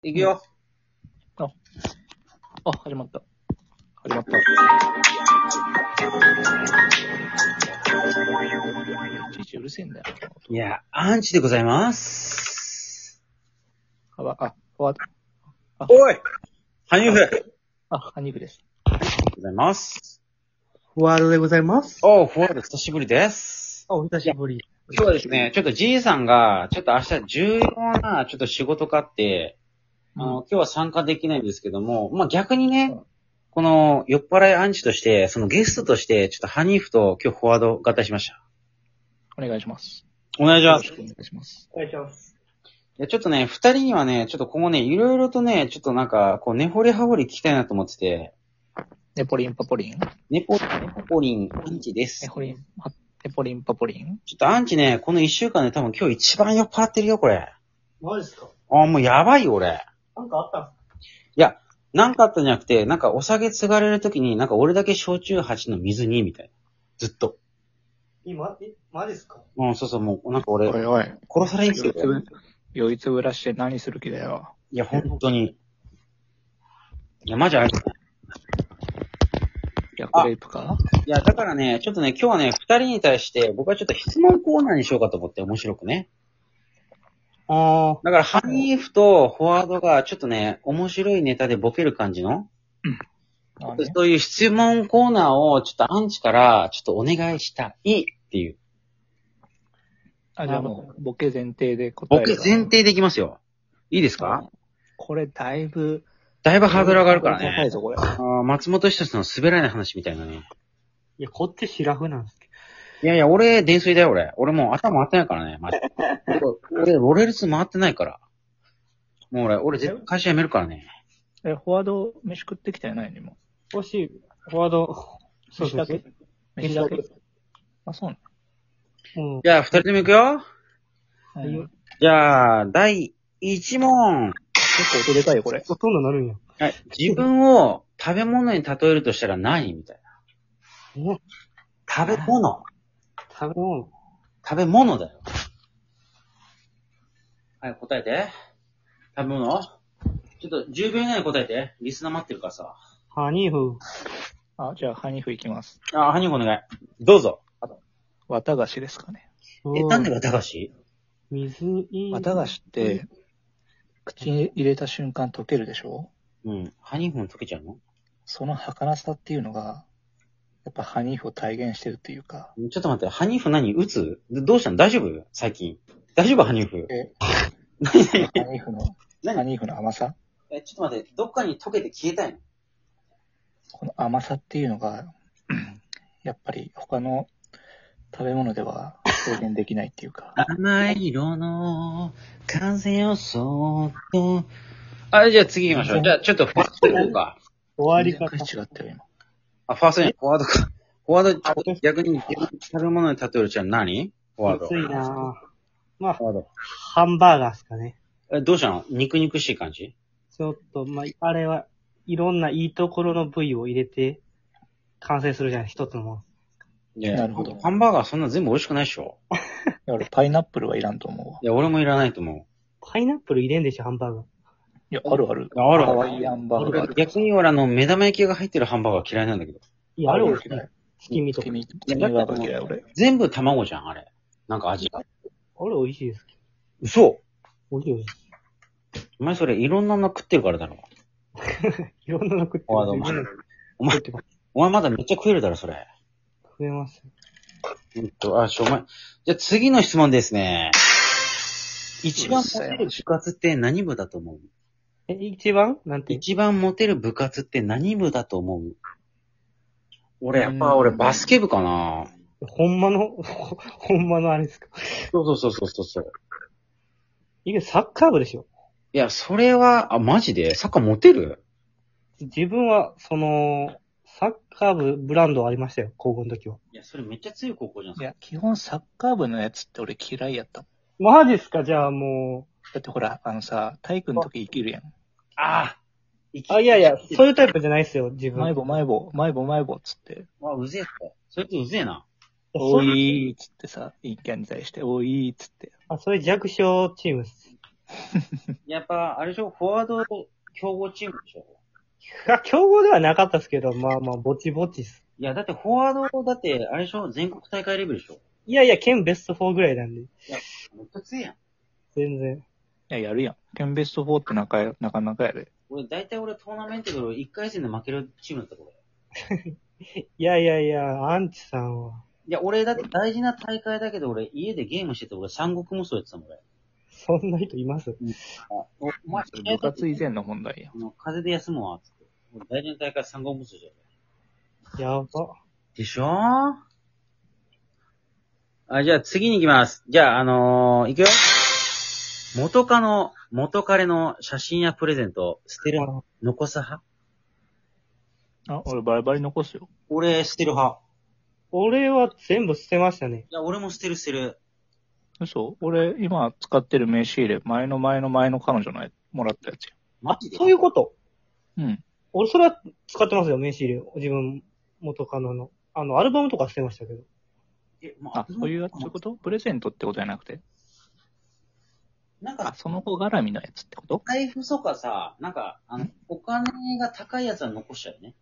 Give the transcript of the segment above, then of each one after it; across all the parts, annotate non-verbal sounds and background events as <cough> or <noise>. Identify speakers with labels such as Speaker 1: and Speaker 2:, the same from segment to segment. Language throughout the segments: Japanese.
Speaker 1: いくよ。
Speaker 2: あ、始まった。始まった。いちいちうるせえんだよ。
Speaker 1: いや、アンチでございます。
Speaker 2: あ、わあ、わ
Speaker 1: おいハニフで
Speaker 2: あ、ハニーフです。
Speaker 1: ございます。
Speaker 3: フォワードでございます。
Speaker 1: おう、フォワード久しぶりです。
Speaker 3: お久しぶり。
Speaker 1: 今日はですね、ちょっとじいさんが、ちょっと明日重要な、ちょっと仕事があって、あの、今日は参加できないんですけども、まあ、逆にね
Speaker 2: うん、
Speaker 1: この、酔っ払いアンチとして、そのゲストとして、ちょっとハニーフと今日フォワード合体しました。
Speaker 2: お願いします。
Speaker 1: お願いし
Speaker 2: よ
Speaker 1: ま
Speaker 2: ろし
Speaker 1: す。
Speaker 2: くお願いします。
Speaker 3: お願いします。
Speaker 1: いや、ちょっとね、二人にはね、ちょっと今後ね、いろいろとね、ちょっとなんか、こう、根掘り葉掘り聞きたいなと思ってて、
Speaker 2: ネポリンパポリン
Speaker 1: ネポ、ネポリン、アンチです。
Speaker 2: ネポリン、パネポリンパポリン
Speaker 1: ちょっとアンチね、この一週間で多分今日一番酔っ払ってるよ、これ。
Speaker 3: マジっすか
Speaker 1: あ、もうやばいよ、俺。
Speaker 3: なんかあったんすか
Speaker 1: なんかあったんじゃなくて、なんかお酒継がれるときに、なんか俺だけ焼酎8の水に、みたいな。ずっと。
Speaker 3: 今、え、マジっすか
Speaker 1: うん、そうそう、もう、なんか俺、
Speaker 2: おいおい、
Speaker 1: 殺されに来て
Speaker 2: 酔い
Speaker 1: る
Speaker 2: つぶ、酔いつぶらして何する気だよ。
Speaker 1: いや、本当に。いや、マジあれ。い
Speaker 2: いや、クレープか
Speaker 1: や、だからね、ちょっとね、今日はね、二人に対して、僕はちょっと質問コーナーにしようかと思って、面白くね。
Speaker 3: ああ。
Speaker 1: だから、ハニーフとフォワードが、ちょっとね、面白いネタでボケる感じの
Speaker 2: まあね
Speaker 1: そういう質問コーナーをちょっとアンチからちょっとお願いしたいっていう。
Speaker 2: あ、じゃあもう、ボケ前提で答え
Speaker 1: 僕前提でいきますよ。いいですか
Speaker 2: これだいぶ、
Speaker 1: だいぶハードル上がるから
Speaker 2: 高い
Speaker 1: ね。
Speaker 2: ぞ、これ。
Speaker 1: あー松本人志の滑らない話みたいなね。
Speaker 3: いや、こっちシラフなんですけ
Speaker 1: いやいや、俺、伝水だよ、俺。俺もう頭回ってないからね、マジで。俺、ロレルス回ってないから。もう俺、俺絶対会社辞めるからね。
Speaker 2: え、フォワード、飯食ってきたよないにも。
Speaker 3: ど。もし、フォワード、そうそうそう。
Speaker 2: 飯だけ。あ、そうね。
Speaker 3: うん。
Speaker 1: じゃあ、二人とも行くよ。
Speaker 3: いよ
Speaker 1: じゃあ、第1問。
Speaker 2: 結構音でかいよ、これ。
Speaker 3: ほとんどなるんや。
Speaker 1: はい。自分を食べ物に例えるとしたら何みたい
Speaker 3: お
Speaker 1: な。食べ物。
Speaker 3: 食べ物。
Speaker 1: 食べ物だよ。はい、答えて。食べ物ちょっと10秒以内に答えて。リスナー待ってるからさ。
Speaker 3: ハニーフ。
Speaker 2: あ、じゃあ、ハニフいきます。
Speaker 1: あ、ハニーお願い。どうぞ。
Speaker 2: 綿菓子ですかね。
Speaker 1: え、なんで綿菓子
Speaker 3: 水いい。
Speaker 2: 綿菓子って、口に入れた瞬間溶けるでしょ
Speaker 1: うん。ハニーも溶けちゃうの
Speaker 2: その儚さっていうのが、やっぱハニーフを体現してるっていうか、
Speaker 1: ちょっと待って、ハニーフ何打つどどうしたの大丈夫最近。大丈夫ハニーフ。
Speaker 2: え
Speaker 1: 何何
Speaker 2: ハニーフの、ハニーフの甘さ
Speaker 1: え、ちょっと待って、どっかに溶けて消えたいの
Speaker 2: この甘さっていうの <coughs> が、やっぱり他の食べ物では表現できないっていうか、
Speaker 1: 甘い色の風をそっと。あ、じゃあ次行きましょう。じゃあちょっとファースト行こうか。
Speaker 3: 終わり
Speaker 2: 全
Speaker 3: 方。
Speaker 2: 然違ったよ、今。
Speaker 1: あ、ファーストにフォワードか。フォワード、逆に食べ物に例えるじゃん何フォワード。
Speaker 3: 熱いなぁ。まあ
Speaker 1: フ、ォワード。
Speaker 3: ハンバーガーっすかね。
Speaker 1: え、どうしたの肉肉しい感じ
Speaker 3: ちょっと、まあ、あれは、いろんないいところの部位を入れて、完成するじゃない、一つのもの。
Speaker 1: いや
Speaker 2: なるほど
Speaker 1: ハンバーガーそんな全部美味しくないでしょ
Speaker 2: いや俺、パイナップルはいらんと思うわ。
Speaker 1: いや、俺もいらないと思
Speaker 3: パイナップル入れんでしょ、ハンバーガー。
Speaker 2: いや、あるある。
Speaker 1: いやあるある
Speaker 2: ハワイアンバーガー。
Speaker 1: 逆に俺あの、目玉焼きが入ってるハンバーガー嫌いなんだけど。
Speaker 3: いや、あれ
Speaker 2: 俺
Speaker 3: は
Speaker 2: 嫌い。
Speaker 3: 月見とか。
Speaker 2: 君、君バーガー嫌い、俺。
Speaker 1: 全部卵じゃん、あれ。なんか味が。
Speaker 3: あれ美味しいです。
Speaker 1: 嘘
Speaker 3: 美味しい美味しい。
Speaker 1: お前それいろんなの食ってるからだろ。
Speaker 3: いろんなの食って
Speaker 1: フォワード
Speaker 3: い
Speaker 1: も
Speaker 3: ろんなの
Speaker 1: お前、お前まだめっちゃ食えるだろ、それ。
Speaker 3: 食えます。
Speaker 1: うんと、あ、しょうまい。じゃあ次の質問ですね。一番モテる部活って何部だと思う
Speaker 3: え、一番なんて。
Speaker 1: 一番モテる部活って何部だと思う俺、やっぱ俺バスケ部かな
Speaker 3: ほんまの、 <laughs> ほほんまのあれですか。
Speaker 1: そうそうそうそうそう。
Speaker 3: いや、サッカー部でしょ。
Speaker 1: いや、それは、あ、マジでサッカーモテる
Speaker 3: 自分は、その、サッカー部ブランドありましたよ、高校の時は。
Speaker 1: いや、それめっちゃ強い高校じゃん
Speaker 2: いや、基本サッカー部のやつって俺嫌いやったもん。
Speaker 3: マジっすかじゃあも。
Speaker 2: だってほら、あのさ、体育の時生きるやん。
Speaker 1: ああいう
Speaker 3: あ、いやいや、そういうタイプじゃないっすよ、自分。
Speaker 2: 前棒前棒、前棒前棒っつって、
Speaker 1: わ、うぜえって。それってうぜえな。
Speaker 2: お
Speaker 3: そういう
Speaker 2: いーっつってさ、陰キャに対して、おいーっつって。
Speaker 3: あ、それ弱小チームっす。
Speaker 1: やっぱ、あれでしょ、フォワード、強豪チームでしょ。
Speaker 3: あ競合ではなかったですけど、まあまあ、ぼちぼちっす。
Speaker 1: いや、だってフォワード、だって、あれでしょ、全国大会レベルでしょ。
Speaker 3: いやいや、県ベスト4ぐらいなんで、
Speaker 1: めっちゃ強いやん。
Speaker 3: 全然。
Speaker 2: や、やるやん。県ベスト4ってなかなかなかやで。
Speaker 1: 俺、大体俺、トーナメントで1回戦で負けるチームだった、これ。
Speaker 3: いやいやいや、アンチさんは、
Speaker 1: いや、俺、だって大事な大会だけど、俺、家でゲームしてて、俺、三国無双やってたもん、俺。
Speaker 3: そんな人います
Speaker 1: あ、おお前、
Speaker 2: 部活以前の問題や。
Speaker 1: あの風邪で休むわ、つって。俺、大事な大会三国無双じゃん。
Speaker 3: やば。
Speaker 1: でしょあ、じゃあ次に行きます。じゃあ、あのー、行くよ。元カノ、元彼の写真やプレゼント、捨てる派、残す派
Speaker 2: あ、俺バリバリ残すよ。
Speaker 1: 俺、捨てる派。
Speaker 3: 俺は全部捨てましたね。
Speaker 1: いや、俺も捨てる捨てる。
Speaker 2: 嘘俺、今使ってる名刺入れ、前の前の前の彼女のやもらったやつや。
Speaker 1: マジで
Speaker 3: そういうこと
Speaker 2: うん。
Speaker 3: 俺、それは使ってますよ、名刺入れを。自分、元カノの。あの、アルバムとか捨てましたけど。
Speaker 1: え、ま
Speaker 2: あ、そういうやつ、そういうことプレゼントってことじゃなくて。
Speaker 1: なん
Speaker 2: あ
Speaker 1: か、、
Speaker 2: その子絡みのやつってこと
Speaker 1: 財布とかさ、なんか、あの、お金が高いやつは残しちゃうよね。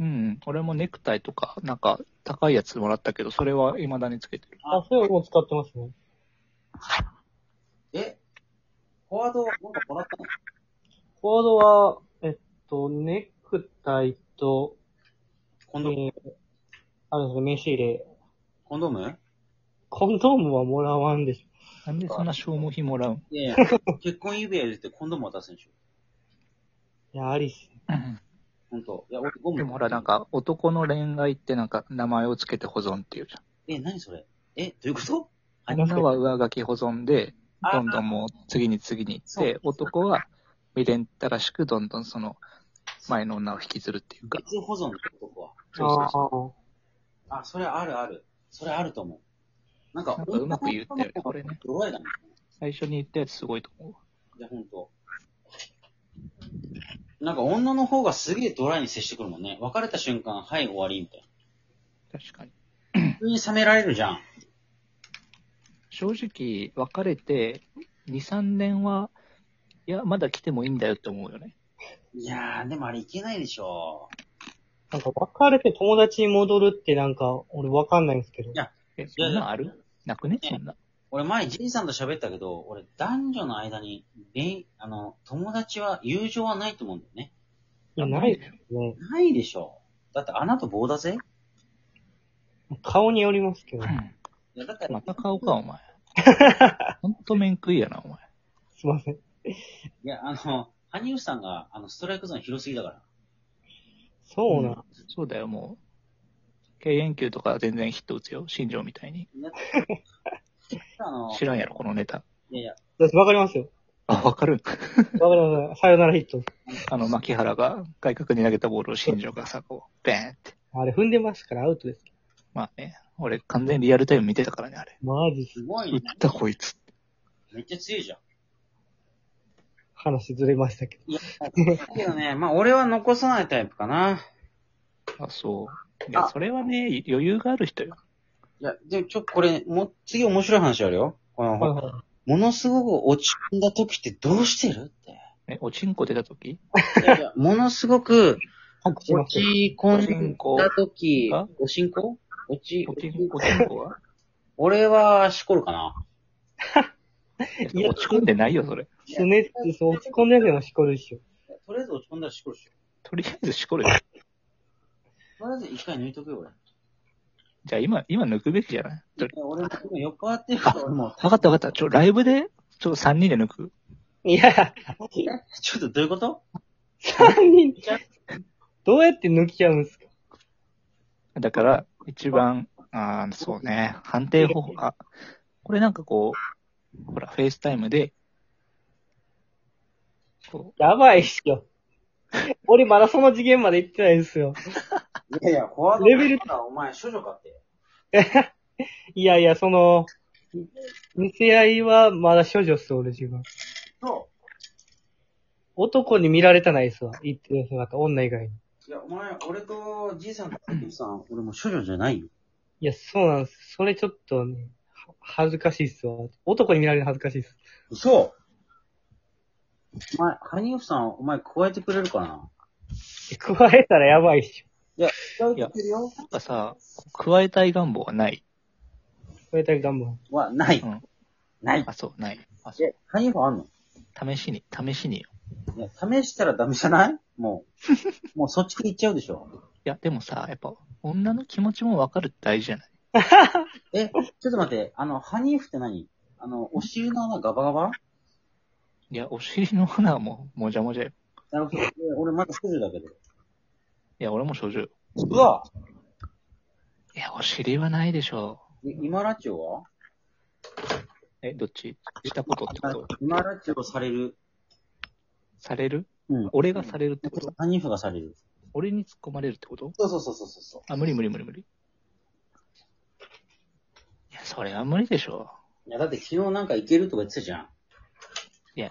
Speaker 2: うん。俺もネクタイとか、なんか高いやつもらったけど、それは未だにつけてる。
Speaker 3: あ、それ俺も使ってますね。
Speaker 1: えフォワード、なんかもらったの
Speaker 3: フォワードは、えっと、ネクタイと、
Speaker 1: コンドーム、
Speaker 3: えーあれですね、名刺入れ。
Speaker 1: コンドーム
Speaker 3: コンドームはもらわんでし
Speaker 2: なんでそんな消耗費もらうん
Speaker 1: いやいや、
Speaker 2: <laughs>
Speaker 1: 結婚指輪入れてコンドーム渡すんでしょ。
Speaker 3: ょ。いや、ありっすね。
Speaker 1: ほんと。いや、俺ゴム。
Speaker 2: でもほら、なんか、男の恋愛ってなんか、名前をつけて保存っていうじ
Speaker 1: え、何それえ、どういうこと
Speaker 2: ゃん。女は上書き保存で、
Speaker 1: あ
Speaker 2: どんどんもう次に次に行って、男は未練たらしく、どんどんその、前の女を引きずるっていうか。
Speaker 1: 別保存ってことか。
Speaker 2: そうそうそう。
Speaker 1: あ、それあるある。それあると思う。なんか、
Speaker 2: なんかうまく言ったよねこれね。
Speaker 1: 弱いだもん。
Speaker 2: 最初に言ったやつすごいと思うわ。
Speaker 1: いや、ほんと。なんか女の方がすげえドライに接してくるもんね。別れた瞬間、はい、終わり、みたい
Speaker 2: 確かに。
Speaker 1: な。急に冷められるじゃん。
Speaker 2: 正直、別れて、2、3年は、いや、まだ来てもいいんだよって思うよね。
Speaker 1: いやー、でもあれいけないでしょ。
Speaker 3: なんか別れて友達に戻るってなんか、俺わかんないんですけど。
Speaker 2: え、そんなんあるなくねそんな。
Speaker 1: 俺前、じいさんと喋ったけど、俺、男女の間に、恋あの、友達は、友情はないと思うんだよね。
Speaker 3: いや、ないですね。
Speaker 1: ないでしょ。だって穴と棒だぜ。
Speaker 3: 顔によりますけど。
Speaker 1: いや、だから、
Speaker 2: また買おうか、お <laughs> 前。ほんと面食いやな、お前。
Speaker 3: すいません。
Speaker 1: いや、あの、羽生さんが、あの、ストライクゾーン広すぎだから。
Speaker 3: そうなん。
Speaker 2: そうだよ、もう。敬遠球とか全然ヒット打つよ、新庄みたいに。
Speaker 1: だってあの、
Speaker 2: 知らんやろ、このネタ。
Speaker 1: いやいや、
Speaker 3: 私わかりますよ。
Speaker 2: あ、わかる
Speaker 3: わかります。さよならヒット。
Speaker 2: あの、牧原が外角に投げたボールを新庄がさ、こう、ベーンって。
Speaker 3: あれ踏んでますからアウトですけ
Speaker 2: まあね、俺完全リアルタイム見てたからね、あれ。
Speaker 3: ど。マジっす
Speaker 1: すごい
Speaker 2: 打っ
Speaker 1: ね。
Speaker 2: たこいつ。
Speaker 1: めっちゃ強いじゃん。
Speaker 3: 話ずれましたけど。
Speaker 1: いや、だけどね、まあ、俺は残さないタイプかな。
Speaker 2: あ、そう。いや、それはね、余裕がある人よ。
Speaker 1: いや、でもちょ、これ、も、次面白い話あるよ。この、
Speaker 3: はいは
Speaker 1: ものすごく落ち込んだ時ってどうしてるっ
Speaker 2: ね、おちんこ出た時
Speaker 1: て。いやい
Speaker 2: <laughs>
Speaker 1: や、ものすごく、
Speaker 3: い。拍手し
Speaker 1: 落
Speaker 3: ますよ。
Speaker 1: ち込んだ時
Speaker 2: あ、
Speaker 1: お進行落ち、
Speaker 2: お
Speaker 1: 落
Speaker 2: ち
Speaker 1: ち
Speaker 2: ん、おちんこは
Speaker 1: 俺は、しこるかな。
Speaker 2: いや落ち込んでないよ、それ。
Speaker 3: すねって、そう落ち込んでるのもしこるでしょ。
Speaker 1: とりあえず落ち込んだらしこるっしょ。
Speaker 2: とりあえずしこるよ。
Speaker 1: とりあえず一回抜いとくよ、俺。
Speaker 2: じゃあ今、今抜くべきじゃない
Speaker 1: いや俺も今酔っ払ってるから、俺も。
Speaker 2: わかったわかった。ちょ、ライブで、ちょ、3人で抜く。
Speaker 3: いや、
Speaker 1: <laughs> ちょっとどういうこと
Speaker 3: 三人、どうやって抜き合うんですか
Speaker 2: だから、一番、ああ、そうね、判定方法、あ、これなんかこう、ほら、フェイスタイムで、こ
Speaker 3: やばいっすよ。俺まだその次元まで行ってないですよ。
Speaker 1: いやいや、フォワード
Speaker 3: レベル
Speaker 1: だ、お前、処女かって。
Speaker 3: いやいや、その、見せ合いはまだ処女っす、俺自分。
Speaker 1: そ
Speaker 3: 男に見られたないっすわ。言ってる姿、女以外に。
Speaker 1: う。いや、お前、俺とじいさんとお父さん、俺もう処女じゃないよ。
Speaker 3: いや、そうなんです。それちょっとね、は恥ずかしいっすわ。男に見られるの恥ずかしいっす。
Speaker 1: 嘘お前、ハニーフさん、お前加えてくれるかな
Speaker 3: <laughs> 加えたらやばいっし
Speaker 1: 加えてくれるよ
Speaker 2: なんかさ、加えたい願望はない。
Speaker 3: ょ。これだけ頑張ろ
Speaker 1: は、ない。
Speaker 2: うん
Speaker 1: ない。
Speaker 2: あ、そう、ない。あ、そう。
Speaker 1: え、ハニーフあんの
Speaker 2: 試しに、試しによ。
Speaker 1: いや、試したらダメじゃないも <laughs> う。もうそっちに行っちゃうでしょ。
Speaker 2: いや、でもさ、やっぱ、女の気持ちもわかるって大事じゃない
Speaker 1: え、ちょっと待って、あの、ハニーフって何あの、お尻の穴ガバガバ
Speaker 2: いや、お尻の穴はもう、もじゃもじゃよ。
Speaker 1: なるほど。え俺まだ少女だけど。
Speaker 2: いや、俺も少女よ。
Speaker 1: うわ
Speaker 2: いや、お尻はないでしょ
Speaker 1: え今ラチョは
Speaker 2: う。え、どっちしたことってこ
Speaker 1: あ
Speaker 2: と
Speaker 1: 今ラチョされる。
Speaker 2: される
Speaker 1: うん。
Speaker 2: 俺がされるってこと
Speaker 1: ハニーフがされる。
Speaker 2: 俺に突っ込まれるってこと
Speaker 1: そうそうそうそうそう。
Speaker 2: あ、無理無理無理無理。いや、それは無理でしょ
Speaker 1: いや、だって昨日なんか行けるとか言ってたじゃん。
Speaker 2: う。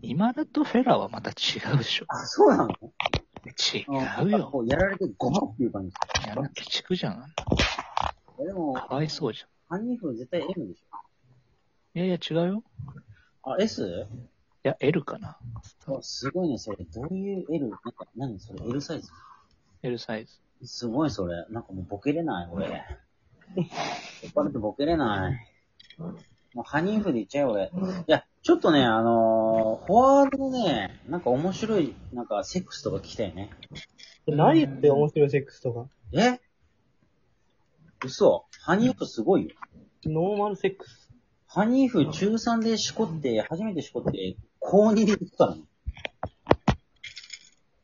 Speaker 2: 今だとフェラーはまた違うでしょ。
Speaker 1: あ、そうなの
Speaker 2: 違
Speaker 1: あな
Speaker 2: う
Speaker 1: んか
Speaker 2: よ。
Speaker 1: こうやられてごまっていう感じ。
Speaker 2: いや、なんか鬼畜じゃん。
Speaker 1: えでも、
Speaker 2: かわいそうじゃ
Speaker 1: ハニーフ絶対 M でし
Speaker 2: ん。いやいや、違うよ。
Speaker 1: ょ。あ、S?
Speaker 2: いや、L かな。
Speaker 1: あすごいね、それ。どういう L? なんか、何それ ?L サイズ
Speaker 2: L サイズ。
Speaker 1: すごいそれ。なんかもうボケれない、俺。酔っ払ってボケれない。もうハニーフでいっちゃえ、俺。いや、ちょっとね、あのー、フォワードのね、なんか面白い、なんかセックスとか聞きたいね。
Speaker 3: う。何って面白いセックスとか。
Speaker 1: え嘘ハニーフすごいよ。
Speaker 3: ノーマルセックス。
Speaker 1: ハニーフ中3でしこって、初めてしこって、高2で言ってたの。い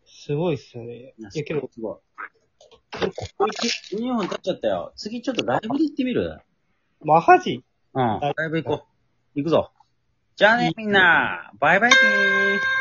Speaker 3: すごいっすよね。いやけど、
Speaker 1: すごい。ユニフォーム取っちゃったよ。次ちょっとライブで行ってみる
Speaker 3: マハジ
Speaker 1: うん。ライブ行こう。行くぞ。じゃあね、みんな。バイバイビー。